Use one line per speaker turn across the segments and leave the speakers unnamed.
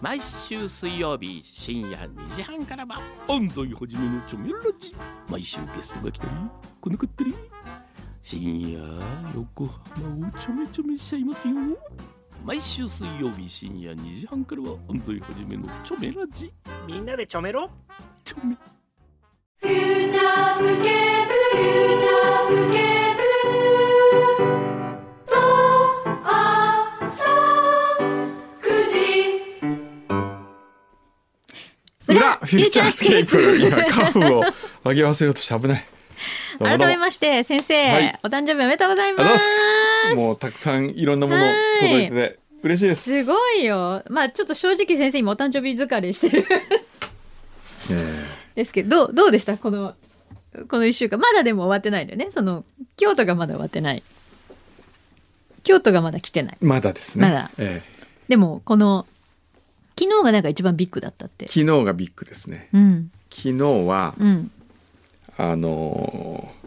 毎週水曜日深夜2時半からは安西はじめのチョメラジ毎週ゲストが来たり来なかったり深夜横浜をちょめちょめしちゃいますよ毎週水曜日深夜2時半からは安西はじめのチョメラジ
みんなでちょめろ
チョメ
フューチャースケープフューチャースケープと朝9時
裏フューチャースケープ今カフを上げ忘れようとして危ないどうも
改
どうも
めまして先生、
はい
お誕生日おめでとうござい
あ
ま
りがとうございますすもうたくさんいろんなもの届いてて嬉しいです
すごいよまあちょっと正直先生今お誕生日疲れしてる
ええ
ですけどどうどうでしたこのこの1週間まだでも終わってないんだよねその京都がまだ終わってない京都がまだ来てない
まだですね
まだ
ええ
でもこの昨日がなんか一番ビッグだったって
昨日がビッグですね
うん
昨日は
うん
あのー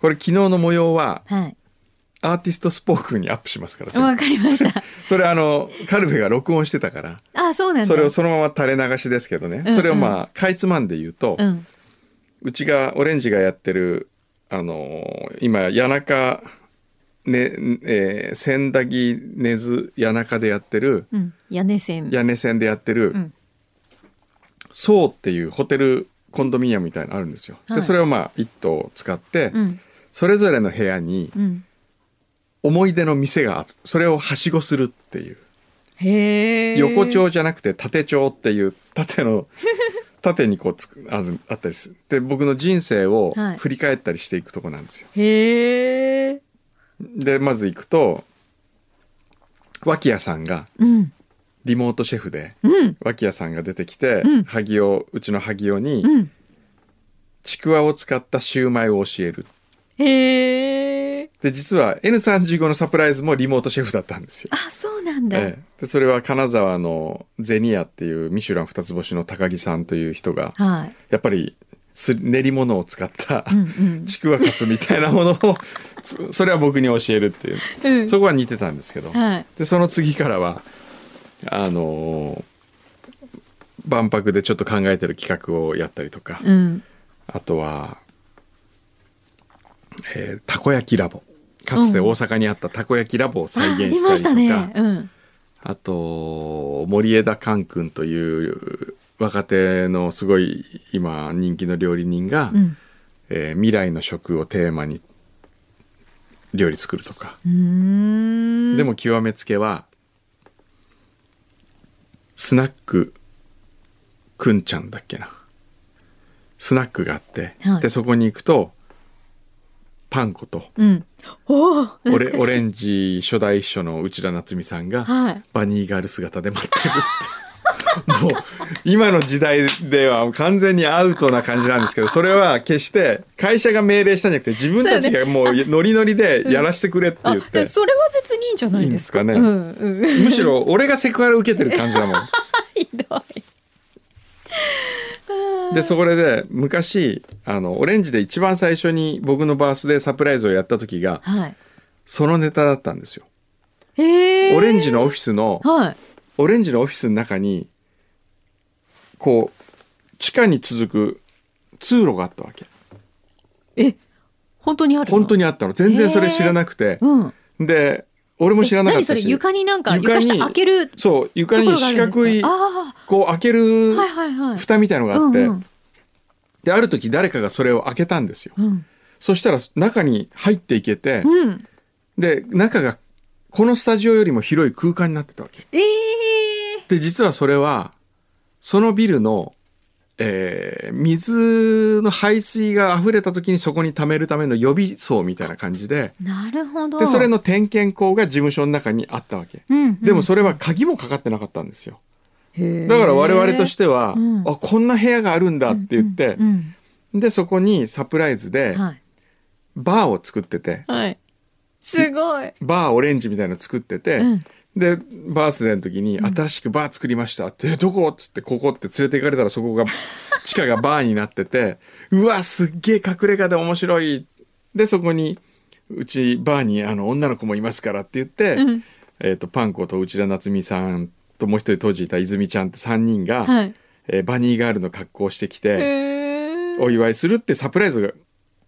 これ昨日の模様は
はい
アーティストスポークにアップしますから全部
わかりました
それあのカルベが録音してたから
あそうなんだ
それをそのまま垂れ流しですけどね
うん
それをまあかいつまんで言うと、
うん
うちがオレンジがやってるあのー今谷中ねえー千駄木根津谷中でやってる
うん屋根線
屋根線でやってる、
うん
そうっていうホテルコンドミニアムみたいなのあるんですよ。
は
で
い
それをまあ一棟使って、
うん
それぞれの部屋に
うん
思い出の店があるそれをはしごするっていう
へえ
横丁じゃなくて縦丁っていう縦 の縦にこうつくあるあったりするで僕の人生を
はい
振り返ったりしていくとこなんですよ。
へえ
でまず行くと脇屋さんが
うん
リモートシェフで
うん
脇屋さんが出てきて、
うん
萩尾うちの萩尾に
うん
ちくわを使ったシューマイを教える
へえ
で実は N35 のサプライズもリモートシェフだったんですよ。
あそうなんだ、
ええでそれは金沢のゼニアっていうミシュラン二つ星の高木さんという人が
はい
やっぱりす練り物を使った、
うんう ん
ちくわカツみたいなものをそそれは僕に教えるっていう、
うん
そこは似てたんですけど、
はい
でその次からはあのー万博でちょっと考えてる企画をやったりとか、
うん
あとは、えーたこ焼きラボかつて大阪にあったたこ焼きラボを再
ああ
現
りまし
した
た
りとか
ね
あ,、
うん
と森枝寛君という若手のすごい今人気の料理人が、
うん
えー未来の食をテーマに料理作るとか、
うーん
でも極めつけはスナックくんちゃんだっけなスナックがあって、
はい
でそこに行くとパン粉と
うんおお
オ
懐かし
レ
い
オレンジ初代秘書の内田夏実さんが
はい
バニーガール姿で待ってるって もう今の時代では完全にアウトな感じなんですけどそれは決して会社が命令したんじゃなくて自分たちがもうノリノリでやらせてくれって
あ
言って
でそれは別にいいんじゃないですか
いいんですかね
うんうん
むしろ俺がセクハラ受けてる感じだもん。
ひどい
でそこで昔あのオレンジで一番最初に僕のバースデーサプライズをやった時が
はい
そのネタだったんですよ。
へえ
オレンジのオフィスの
はい
オレンジのオフィスの中にこう地下に続く通路があったわけ
え本当にあるの
本当にあったの全然それ知らなくて、
うん
で俺も知らなかっ
え
た
何そ
し
れ床になんか
床
床
に
下開けると
そう
こ
床
ろがある
に
んですか
四角い
あ
こう開ける
あはいはいはい
蓋みたいのがあって、
うんうん
である時誰かがそれを開けたんですよ
うん
そしたら中に入っていけて、
うん
で、中がこのスタジオよりも広い空間になってたわけ。
ええ
で、実はそれは、そのビルの、えー水の排水が溢れた時にそこに溜めるための予備層みたいな感じで、
なるほど
で、それの点検口が事務所の中にあったわけ。
うんうん
でもそれは鍵もかかってなかったんですよ。
へー
だから我々としては、
うん
あ、こんな部屋があるんだって言って
う、ん
で、そこにサプライズ
うん
で
はい
バーを作ってて、
はいすごい
バーオレンジみたいなの作ってて、
うん
でバースデーの時に「新しくバー作りました」って「えどこ?」っつって「ここ」って連れて行かれたらそこ が地下がバーになっててうわすっげえ隠れ家で面白いでそこにうちバーにあの女の子もいますからって言って、えっとパンコと内田夏実さんともう一人当時いた泉ちゃんって3人が、
はい。
えーバニーガールの格好をしてきて、
へー
お祝いするってサプライズが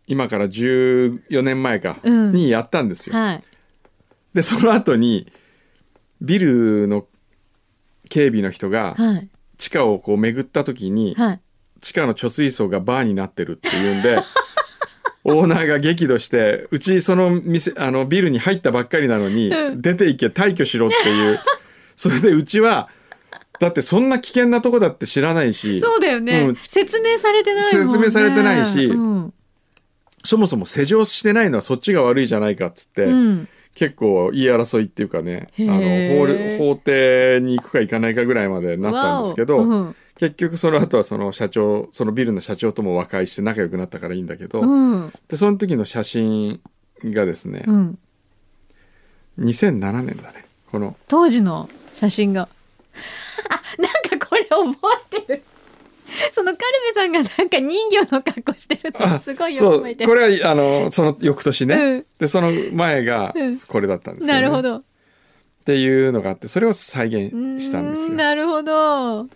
今から14年前か、
うん
にやったんですよ。
はい。
でその後にビルの警備の人が
はい。
地下をこう巡った時に、
はい。
地下の貯水槽がバーになってるっていうんで オーナーが激怒してうちその店あのビルに入ったばっかりなのに、
うん
出ていけ退去しろって いうそれでうちはだってそんな危険なとこだって知らないし
そうだよね。
うん
説明されてないもんね。
説明されてないし
うん。
そもそも施錠してないのはそっちが悪いじゃないかっつって、
うん。
結構言い争いっていうかねあ
へ
の
ー
法律法廷に行くか行かないかぐらいまでなったんですけど、
わおうん
結局その後はその社長そのビルの社長とも和解して仲良くなったからいいんだけど。
うん。
でその時の写真がですね、
うん。
2007年だねこの
当時の写真が。あ、なんかこれ覚えてる。そのカルベさんがなんか人魚の格好してるのすごいよ
そ
く
う
覚えて
こ
る。
れはあのその翌年ね、
うん
でその前が
うん
これだったんですよ、ね
なるほど。
っていうのがあってそれを再現
うーん
したんですよ
なるほど。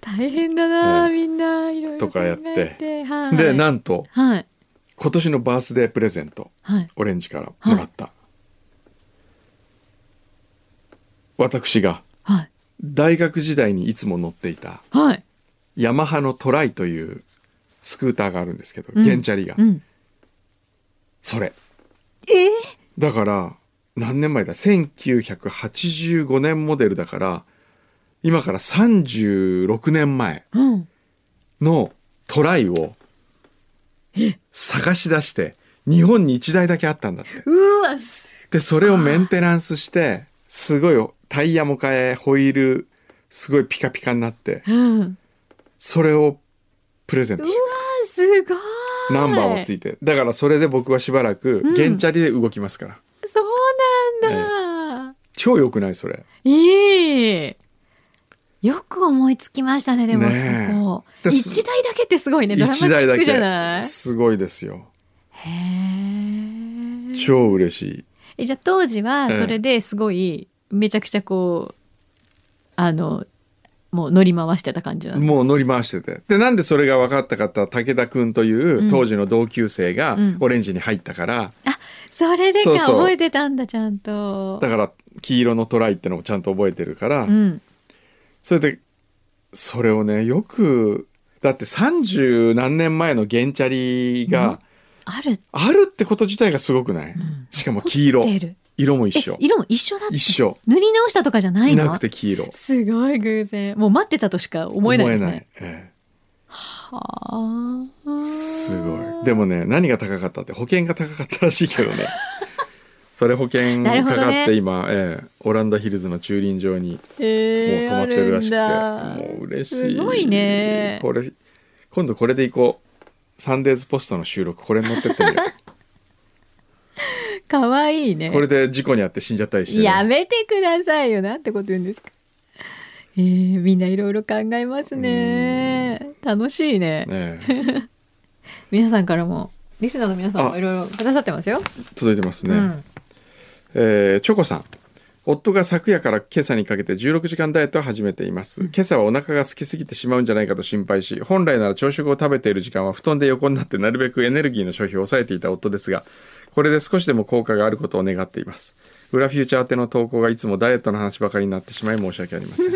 大変だな、
ね
みんないろいろ
とかやって
考えはい、
でなんと
はい
今年のバースデープレゼント
はい
オレンジからもらった、私が
はい
大学時代にいつも乗っていた
はい。
ヤマハのトライというスクーターがあるんですけど、
うん
原チャリが、
うん。
それ
え
だから何年前だ1985年モデルだから今から36年前
うん。
のトライを探し出して日本に1台だけあったんだって
うわす。
でそれをメンテナンスしてすごいタイヤも変えホイールすごいピカピカになって
うん。うわ
それをプレゼントした
すごい。
ナンバーもついてだからそれで僕はしばらく
うん
原チャリで動きますから、
そうなんだ。
超良くないそれ
いい。よく思いつきましたね、でも
ね
そ
え
こ。
で
一台だけってすごいね。ドラマチックじゃない
すごいですよ
へえ。
超嬉しい
えじゃあ当時は
ええ
それですごい、めちゃくちゃこう、あの、もう乗り回してた感じなの。
もう乗り回しててでなんでそれが分かったかった武田君という当時の同級生が
うん
オレンジに入ったから、
それで
そう
か
そう
覚えてたんだ、ちゃんと。
だから黄色のトライってのもちゃんと覚えてるから、
うん。
それでそれをねよくだって三十何年前の原チャリ
うん
が
あるっ
あるってこと自体がすごくない、しかも黄色
てる。
色も一
え
緒
色も一緒だった。
一緒
塗り直したとかじゃないの
なくて黄色
すごい偶然。もう待ってたとしか思えないですね。
思えないえ
はあ
えすごいでもね何が高かったって保険が高かったらしいけ どねそれ保険
なる
か
ほどね
かって今、ええオランダヒルズの駐輪場にもう
えー
止まってるらしくて、
あるんだ
もう嬉しい
すごいね
これ今度これで行こうサンデーズポストの収録これに乗ってってみよ
かわいいね
うこれで事故に遭って死んじゃったりしてね、
やめてくださいよなんてこと言うんですかえー、みんないろいろ考えますね楽しいね
ええ
皆さんからもリスナーの皆さんも
あ
いろいろくださってますよ、
届いてます
う
ね、
ん、
えーチョコさん夫が昨夜から今朝にかけて16時間ダイエットを始めています今朝はお腹が空きすぎてしまうんじゃないかと心配し本来なら朝食を食べている時間は布団で横になってなるべくエネルギーの消費を抑えていた夫ですがこれで少しでも効果があることを願っています裏フューチャー宛ての投稿がいつもダイエットの話ばかりになってしまい申し訳あり ません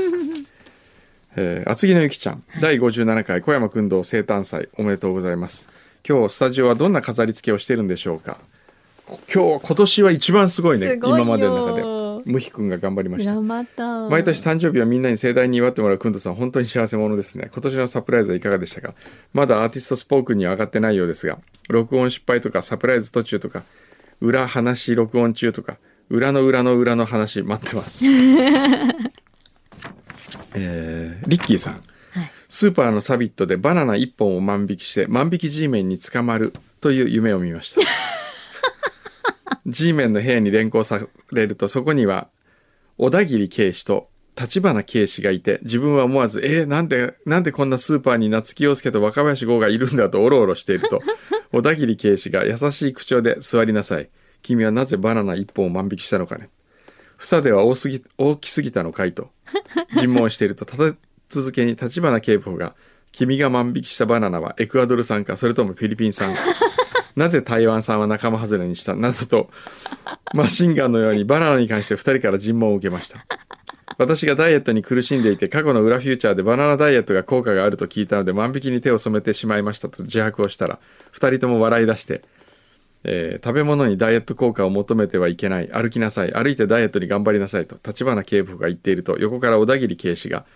えー厚木のゆきちゃん第57回小山君堂生誕祭おめでとうございます今日スタジオはどんな飾り付けをしているんでしょうかこ今日今年は一番すごいね
すごいよ
今までの中でムヒ君が頑張りました
頑張った
毎年誕生日はみんなに盛大に祝ってもらうくんどさん本当に幸せ者ですね今年のサプライズはいかがでしたかまだアーティストスポークには上がってないようですが録音失敗とかサプライズ途中とか裏話録音中とか裏の裏の裏の話待ってます えーリッキーさん
はい
スーパーのサビットでバナナ1本を万引きして万引き G メンに捕まるという夢を見ま した G メンの部屋に連行されるとそこには小田切警視と立花警視がいて自分は思わず「えー、なんでなんでこんなスーパーに夏木陽介と若林剛がいるんだ」とおろおろしていると小田切警視が優しい口調で「座りなさい君はなぜバナナ1本を万引きしたのかね」二房では多すぎ大きすぎたのかいと尋問していると立て続けに立花警部補が「君が万引きしたバナナはエクアドル産かそれともフィリピン産か」なぜ台湾産は仲間外れにしたなどとマシンガンのようにバナナに関して2人から尋問を受けました私がダイエットに苦しんでいて過去の裏フューチャーでバナナダイエットが効果があると聞いたので万引きに手を染めてしまいましたと自白をしたら2人とも笑い出して、えー食べ物にダイエット効果を求めてはいけない歩きなさい歩いてダイエットに頑張りなさいと立花警部補が言っていると横から小田切警視が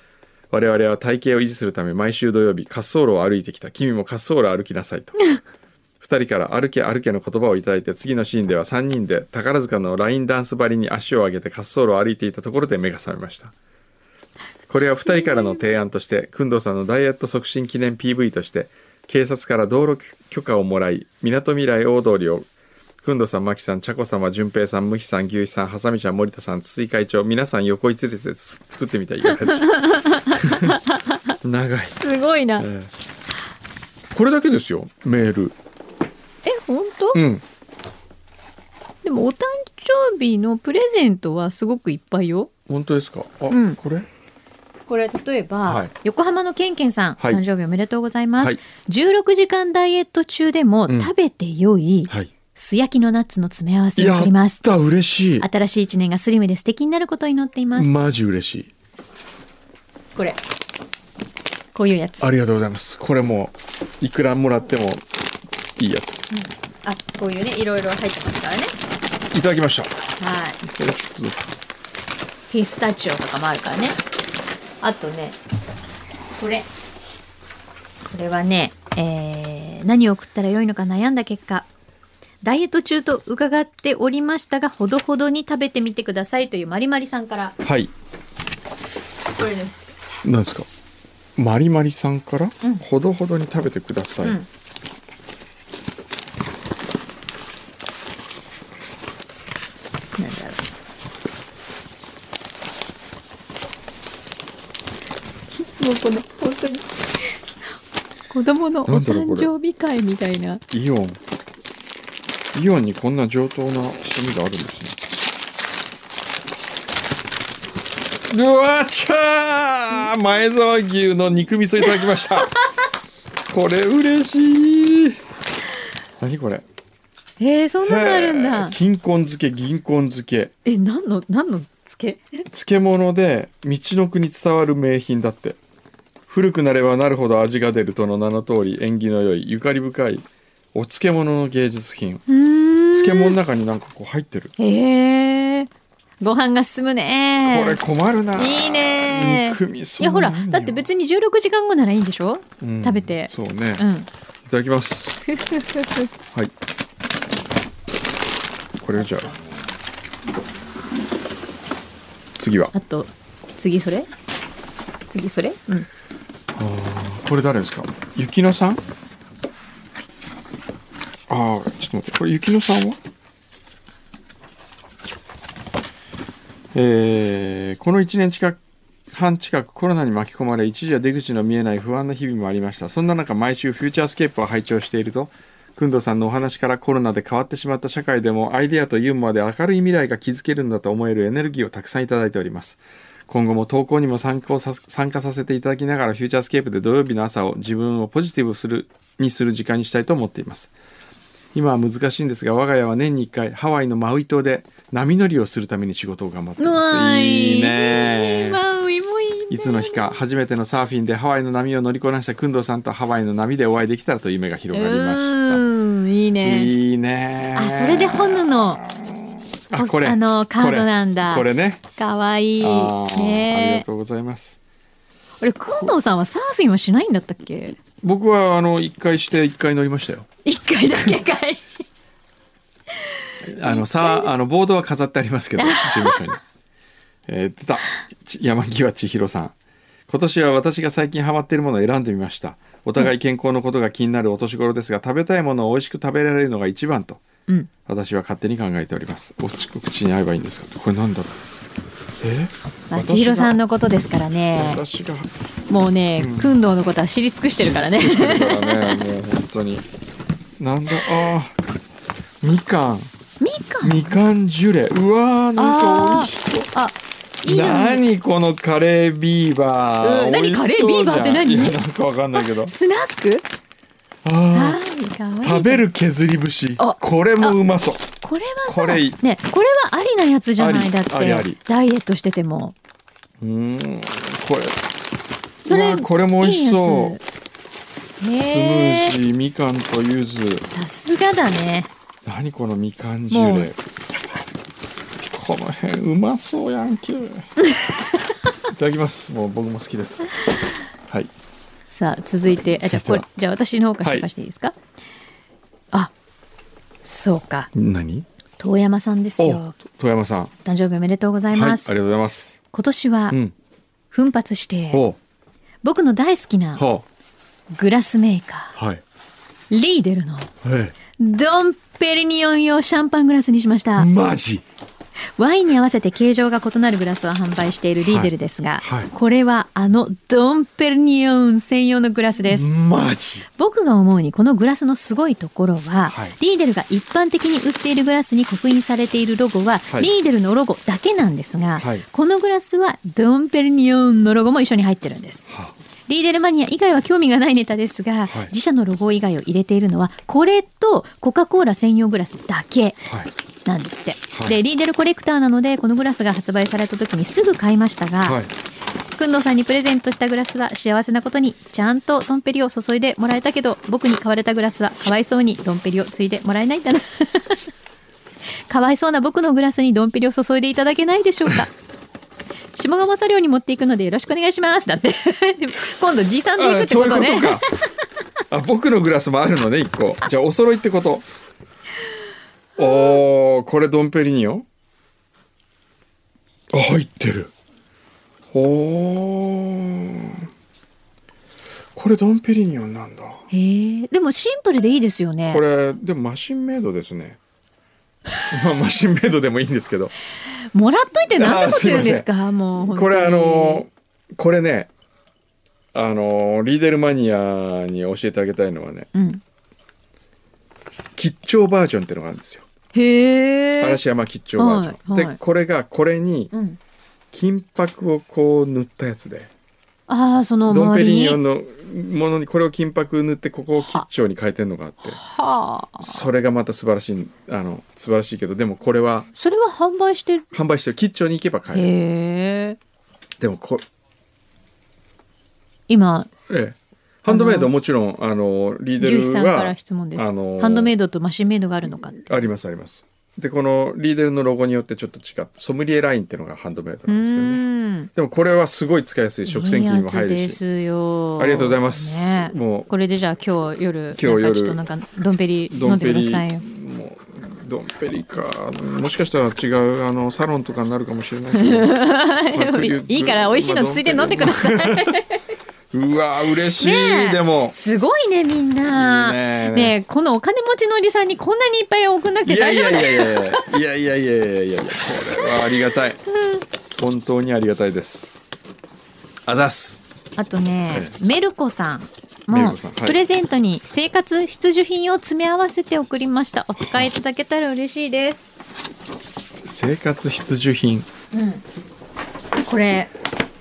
我々は体型を維持するため毎週土曜日滑走路を歩いてきた君も滑走路を歩きなさいと2人から歩け歩けの言葉をいただいて次のシーンでは3人で宝塚のラインダンス張りに足を上げて滑走路を歩いていたところで目が覚めましたこれは2人からの提案として工藤さんのダイエット促進記念 PV として警察から道路許可をもらいみなとみらい大通りを工藤さん、真木さん、茶子様、淳平さん、無比さん、牛一さん、はさみちゃん、森田さん、筒井会長、皆さん横一列でつ作ってみたいいかがでしょう 長い、
すごいな。
え
え、
えこれだけですよ、メール。
本当
うん。
でもお誕生日のプレゼントはすごくいっぱいよ。
本当ですか。あ、
ん
これ。
これ例えば、
はい
横浜のけんけんさん、
はい
誕生日おめでとうございます、
はい
16時間ダイエット中でも
うん
食べて良い、
はい。
素焼きのナッツの詰め合わせが
や
ありま
っ
す
た、嬉しい。
新しい一年がスリムで素敵になることを祈っています、
マジ嬉しい。
これこういうやつ
あ
あ
りがとうございます。これもういくらもらってもいいやつ。
こういうねいろいろ入ってますからね
いただきました。
はい
これちょっと
ピスタチオとかもあるからねあとねこれこれはね、えー何を送ったらよいのか悩んだ結果ダイエット中と伺っておりましたがほどほどに食べてみてくださいというまりまりさんから
はい。
これです
なんですか。マリマリさんから、
うん
ほどほどに食べてください。
うんなんだろうもうこの本当に子供のお
なんだろう
誕生日会みたいな
イオン。イオンにこんな上等な趣味があるんですね。うわちゃー前沢牛の肉味噌いただきました。 これ嬉しい。何これ。
えー、そんなのあるん
へ
だ
ー金婚漬け、銀婚漬け。
え何の何のつ け
漬物で道の国伝わる名品だって古くなればなるほど味が出るとの名の通り縁起の良いゆかり深いお漬物の芸術品漬物の中になんかこう入ってる
へえご飯が進むね
これ困るない
い
い
いね
肉味噌
いやほらだって別に16時間後ならいいんでしょ
に、うん
食べて
そうね、い
うん
ただきます はいこれじゃあ次は
あと次それ次それうん
これ誰ですか雪乃さんああーちょっと待ってこれ雪乃さんはえーこの1年近く半近くコロナに巻き込まれ一時は出口の見えない不安な日々もありましたそんな中毎週フューチャースケープを拝聴していると工藤さんのお話からコロナで変わってしまった社会でもアイデアとユーモアで明るい未来が築けるんだと思えるエネルギーをたくさんいただいております今後も投稿にも参考さ参加させていただきながらフューチャースケープで土曜日の朝を自分をポジティブするにする時間にしたいと思っています今は難しいんですが我が家は年に1回ハワイのマウイ島で波乗りをするために仕事を頑張っていますいいね
わういもいいね
いつの日か初めてのサーフィンでハワイの波を乗りこなした工藤さんとハワイの波でお会いできたらという夢が広がりまし
うんいい
た。
ね
いいね。
あそれでホヌの
あこれ
あのカードなんだ
これこれね。
かわいい
あーありが
ね
とうございます。
あれ工藤さんはサーフィンはしないんだったっけ
僕はあの一回して一回乗りましたよ。
一回だけかい
あのさあのボードは飾ってあり ますけど事務所に。えー出たち山際千尋さん。今年は私が最近ハマっているものを選んでみました。お互い健康のことが気になるお年頃ですが、食べたいものを美味しく食べられるのが一番と。
うん
私は勝手に考えております。お口お口に合えばいいんですか。これなんだろう。え？
まあ千尋さん
の。
のことですからね
私が。私
もうね、くんどうのことは知り尽くしてるからね。
がだからね、もう本当に。なんだあーみかん
みかん。
みかんジュレうわーなんか美味し
こあいいじゃん
何このカレービーバー、
うん
美味しそうじゃん
何カレービーバーって何
いやなんかわかんない けど
スナック
あ
あーかわ
ー
いい
食べる削り節
あ
これもうまそう
これはさ
これいい
ねこれはありなやつじゃな
あ
い
り
だって
ありあり
ダイエットしてても
うーんこれ
そ
う
れ
わこれも美味しそう
いいやつ
スム
へえ
ージーみかんと柚子
さすがだね
何このみかんジ
も
ュ
う
レこの辺うまそうやん けいただきますもう僕も好きですはい
さあ続いてあじゃあこれ
続いては
じゃあ私の方から紹介していいですか、あそうか
何
遠山さんです
お
よ
富山さん
お誕生日おめでとうござ
は
い
いあり
ま
が
す、
とうございます
今年は
うん
奮発して、
お
僕の大好きな
は
グラスメーカ
あはい
ーリーデルの
え
ドンペリニオン用シャンパングラスにしました
えマジ
ワインに合わせて形状が異なるグラスを販売しているリーデルですが、
はいはい
これはあのドンペルニオン専用のグラスです、
マジ
僕が思うにこのグラスのすごいところは、
はい
リーデルが一般的に売っているグラスに刻印されているロゴは、
はい
リーデルのロゴだけなんですが、
はい
このグラスはドンペルニオンのロゴも一緒に入ってるんです
は
リーデルマニア以外は興味がないネタですが、
はい
自社のロゴ以外を入れているのはこれとコカ・コーラ専用グラスだけ
はい
なんですって、
はい
でリーデルコレクターなのでこのグラスが発売された時にすぐ買いましたが、
はい
くんどうさんにプレゼントしたグラスは幸せなことにちゃんとドンペリを注いでもらえたけど僕に買われたグラスはかわいそうにドンペリをついでもらえないん だなかわいそうな僕のグラスにドンペリを注いでいただけないでしょうか下鴨作業に持っていくのでよろしくお願いします だって今度持参でいく
あ
って
そう
こ
いう
と
こ
ね
とかあ僕のグラスもあるのね一個じゃあお揃いってことおーこれドンペリニオンあ入ってるおーこれドンペリニオンなんだ
へえでもシンプルでいいですよね
これでもマシンメイドですねまあマシンメイドでもいいんですけど
もらっといてなんてこと言うんです
あ
かもう本当に
これあのこれねあのリーデルマニアに教えてあげたいのはね
うん
吉兆バージョンっていうのがあるんですよ
へえ
嵐山吉兆バージョン、
はいはい
でこれがこれに
うん、
金箔をこう塗ったやつで
ああその
ドン
周
ペ
り
リニ
に
オンのものにこれを金箔塗ってここを吉兆に変えてんのがあって
はあ
それがまた素晴らしいあの素晴らしいけどでもこれは
それは販売してる
販売してる吉兆に行けば買える
へえ
でもこ
今
ええハンドメイドもちろんあのリーデ
牛
ル
さんから
は
質問です、
あの
ハンドメイドとマシンメイドがあるのか
ありますありますでこのリーデルのロゴによってちょっと違ってソムリエラインっていうのがハンドメイド
う
なんですけどね
ーん
でもこれはすごい使いやすい食洗機にも入
いいやつ
る
で
し
すよ
ありがとうございます
ね
もう
これでじゃあ今日夜
今日夜
なんかちょっとなんかドンペリ
ド
飲ん
ン
で
ペ
くだ
リ
さいよ
もうドンペリかもしかしたら違うあのサロンとかになるかもしれないけどまあクリュ
いいから美味しいのついで飲んでくださ い
うわ嬉しい、
ねえ
でも
すごいねみんない
いね
ねえこのお金持ちのおじさんにこんなにいっぱい送んなく
い
て
や
大
い
丈夫
やいやいやいやいやいやいやいやいやこれはありがたい本当にありがたいですあざっす
あとね、メルコさん
メル
も
コさんはい
プレゼントに生活必需品を詰め合わせて送りました。お使いいただけたら嬉しいです。
生活必需品
これ、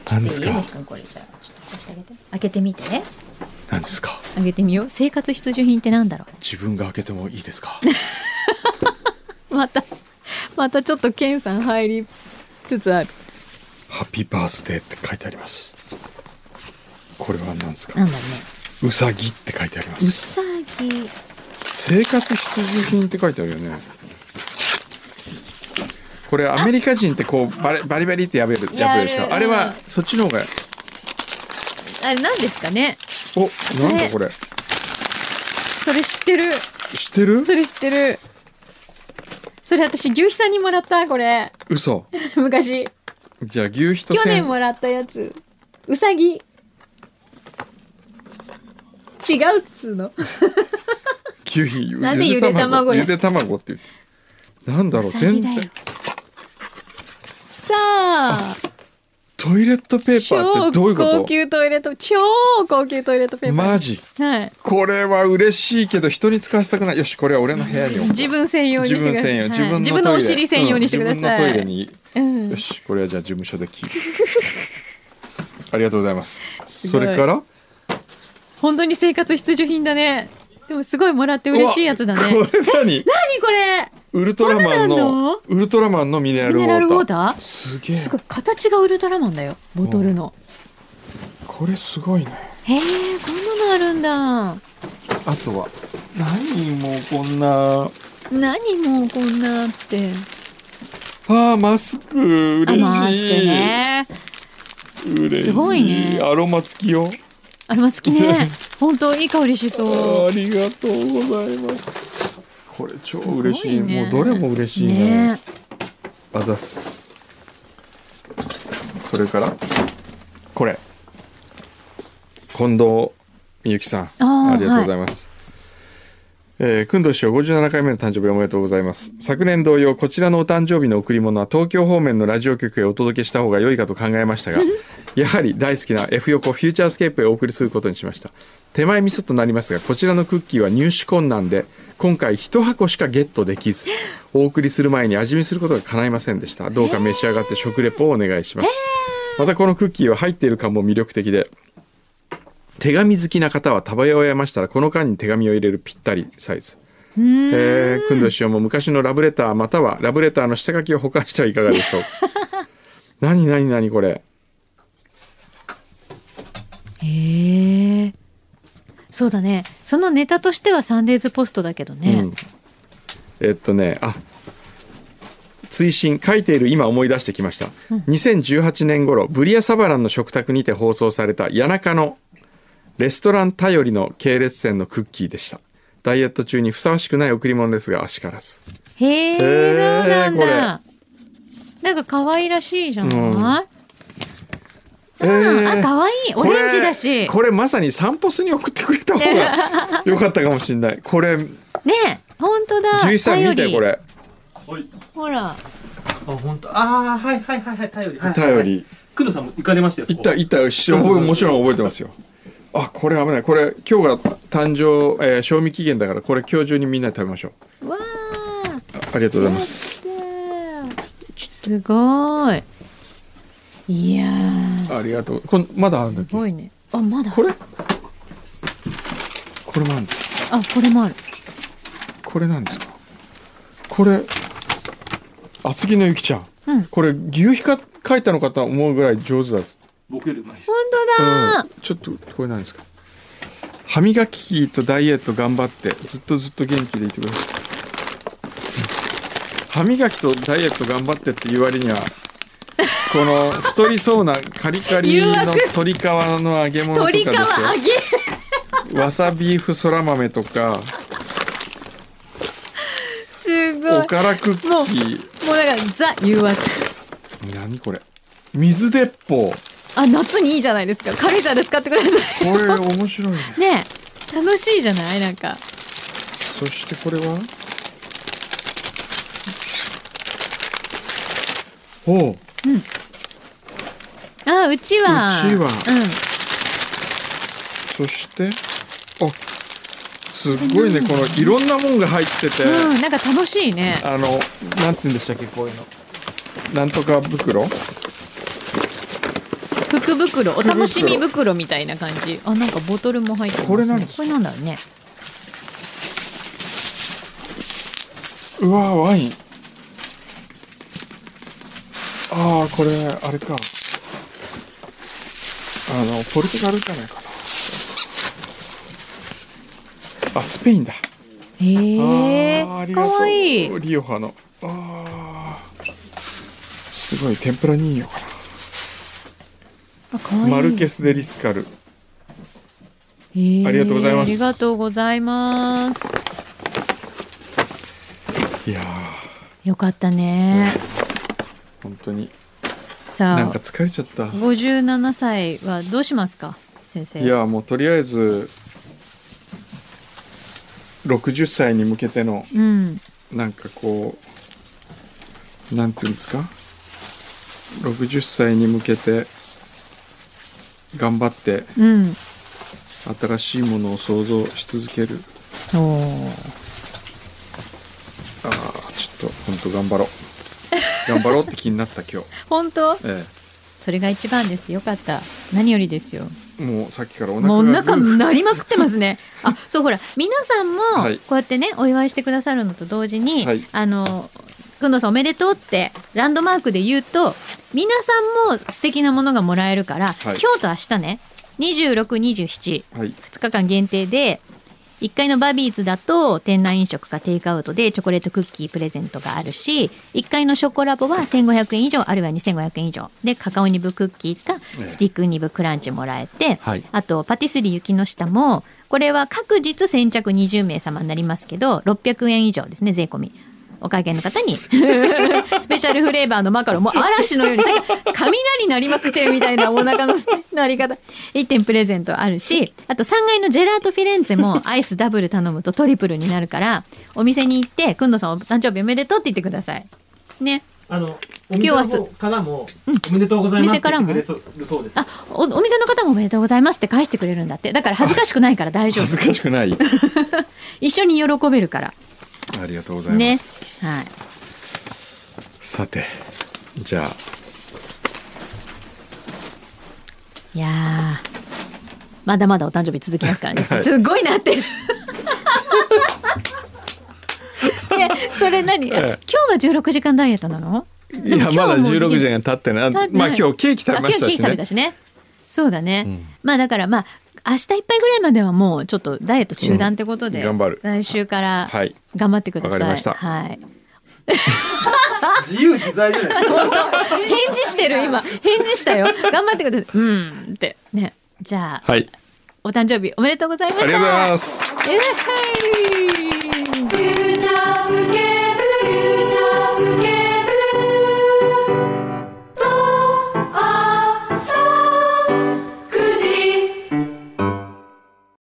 なん
い
で
い
す
よ
か
くんこれじゃあちょっと貸してあげて。開けてみてね。
なんですか
開けてみよう。生活必需品ってなんだろ
自分が開けてもいいです か
う。また またちょっとケンさん入りつつある。
ハッピーバースデーって書いてありますこれは何です
な
か
んだろうね。
うさぎって書いてありま
う
す
さぎ。
生活必需品って書いてあるよねこれアメリカ人ってこうバリバリバリってやべるやべるでし
や
ょ
る
あれ
うん
はそっちの方が
あれ何ですかね。
お
れ
なんだこれ
それ知ってる。
知ってる
それ知ってる。それ私、牛肥さんにもらった、これ。
嘘
昔。
じゃあ牛ひと
去
先
年
生
もらったやつうさぎ違うっつうの
牛ひゆ
なぜゆで卵や
ゆで卵って言ってなんだろう全
うさぎだよ
然
さあ
トイレットペーパー
超
ってどういう
高
こ
級トイレット超高級トイレットペ
と
ーパー
マジ
はい
これは嬉しいけど人に使わせたくないよしこれは俺の部屋に置く
自分専用にし
自
て
分
ください
専用
はい
自分の
自分のお尻専用にしてくださ
う
い、
ん自分のトイレに
うん
よしこれはじゃあ事務所で聞 いてありがとうございます
す
そ
ごい
れから
本当に生活必需品だねでもすごいもらって嬉しいやつだね
うわこれ何
何これ
ウルトラマン
こんなのあ
のウルトラマンのミネラ
ミ
ルウォ
ネ
ータ
ラ
ー
ルウォーター
すげえ
すごい形がウルトラマンだよボトルの
これすごいね
へえこんなのあるんだ
あとは何もうこんな
何もうこんなって
あーマスク嬉し
あ
い
マスクね
嬉しい
すごいね
アロマ付きよ
アロマ付きね 本当いい香りしそう
ありがとうございますこれ超嬉しい
すごいね
もうどれも嬉しいね
ね
あざっすそれからこれ近藤みゆきさん
あー
ありがとうございます、えー、くんど師匠57回目の誕生日おめでとうございます。昨年同様、こちらのお誕生日の贈り物は東京方面のラジオ局へお届けした方が良いかと考えましたが、やはり大好きな F 横フューチャースケープへお送りすることにしました。手前味噌となりますが、こちらのクッキーは入手困難で、今回1箱しかゲットできず、お送りする前に味見することが叶いませんでした。どうか召し上がって食レポをお願いします。またこのクッキーは入っている感も魅力的で、手紙好きな方は食べ終えましたらこの間に手紙を入れるぴったりサイズ。えー、くんどしおも昔のラブレターまたはラブレターの下書きを保管してはいかがでしょう何何何これ
へえそうだねそのネタとしてはサンデーズポストだけど
う
ね、
んえっとねあ追伸書いている今思い出してきました、2018年頃ブリアサバランの食卓にて放送された谷中のレストラン頼りの系列店のクッキーでしたダイエット中にふさわしくない贈り物ですがあしからず
へえ、
へー
そうなんだ。なんか可愛らしいじゃない。
うん
うん、あ、
えー
可愛い。オレンジだし。
これこれまさに散歩スに送ってくれた方がよかったかもしれないこれ
ねえ、本当だ。
牛さん見てこ。れ
ほら、
あ、本当。ああ、はいはいはいはい、頼り。はい
頼。り
工藤さんも行かれましたよ。
いったいったよし覚えもちろん覚えてますよあこれ危ないこれ今日が誕生、えー賞味期限だからこれ今日中にみんなで食べましょう
うわあ。
あありがとうございます
すごい。いやー、す
ありがとうこんまだあるんだっけ
ごいね。あ、まだ。
これこれもあるんだ
あ、これもある。
これなんですかこれ厚木のゆきちゃん、
うん
これ牛皮か描いたのかと思うぐらい上手だ
僕よりうまいです。
本当だ、
うんちょっとこれなんですか歯磨きとダイエット頑張ってずっとずっと元気でいてください歯磨きとダイエット頑張ってっていう割にはこの太りそうなカリカリの
誘惑
鶏皮の揚げ物とかで
鳥皮揚
す
げ。
よわさビーフそら豆とか
すごい。
おからクッキ
もうなんかザ誘惑。
ー何これ水鉄砲
あ、夏にいいじゃないですか。軽井沢で使ってください。
これ面白いね
ねえ楽しいじゃないなんか
そしてこれはおう
あうちわ
うちわ
う
そしてあすっごいねこのいろんなもんが入ってて、
ん、うん、なんか楽しいね
あのなんて言うんでしたっけこういうのなんとか袋
福袋お楽しみ袋みたいな感じあなんかボトルも入ってます、ね、
これ何ですか
これなんだろうね
うわワインああこれあれかあのポルトガルじゃないかなあスペインだ
へ
あーあ
え
り
か
がとう
わいい
リオハのあーすごい天ぷら人形か
あかわ
ない
い
マルケス・デ・リスカル
へー
ありがとうございます
ありがとうございます
いやー
よかったね
本当に
さ
なん
あ
か疲れちゃったい
57歳はどうしますか先生
やーもうとりあえず60歳に向けての
うん
なんかこうなんていうんですか60歳に向けて頑張って
うん
新しいものを想像し続ける
おー
あーちょっと本当頑張ろう頑張ろうって気になった今 日、
本当
え
それが一番ですよかった何よりですよ
え、もうさっきからお腹が
もうお腹
グー
なりまくってます ねあそうほら皆さんも
はい
こうやってねお祝いしてくださるのと同時に、
はい
あのくんどうさんおめでとうってランドマークで言うと皆さんも素敵なものがもらえるか
い
ら、今日と明日ね2627
はい
2日間限定で1階のバビーズだと店内飲食かテイクアウトでチョコレートクッキープレゼントがあるし1階のショコラボは1500円以上あるいは2500円以上でカカオニブクッキーか
え
スティックニブクランチもらえて、
はい
あとパティスリー雪の下もこれは各日先着20名様になりますけど600円以上ですね税込み。お会計の方に スペシャルフレーバーのマカロンもう嵐のようにさっき雷鳴りまくってるみたいなお腹の鳴り方1点プレゼントあるしあと3階のジェラートフィレンツェもアイスダブル頼むとトリプルになるからお店に行って「くんどさんお誕生日おめでとう」って言ってください。ね
あの、お
今日
店
は
の
す
方からも、おめでとうございますって言ってくれそうそうです。
あおお店の方も「おめでとうございます」って返してくれるんだってだから恥ずかしくないから大丈
恥
夫
ずかしくない
一緒に喜べるから
ありがとうござい
ね
ます、
はい
さてじゃあ
いやーまだまだお誕生日続きますからね、
はい
すごいな ってるねそれ何、
え
今日は16時間ダイエットなの
いやまだ16時間経ってない
経って
ま
ない
あ今日ケーキ食べましたし
あ今日ケーキ食べ
ね
たしねそうだね、
うん
まあだからまあ明日いっぱいぐらいまではもうちょっとダイエット中断ってことで、
うん頑張る
来週から
はい
頑張ってくださ
わ
い、
かりました
はい
自由自在じゃないですか。
返事してる今返事したよ頑張ってくださいうんってねじゃあ、
はい
お誕生日おめでとうございま
あ
した
りがとうございます
イエーイ
フューチャースケープフューチ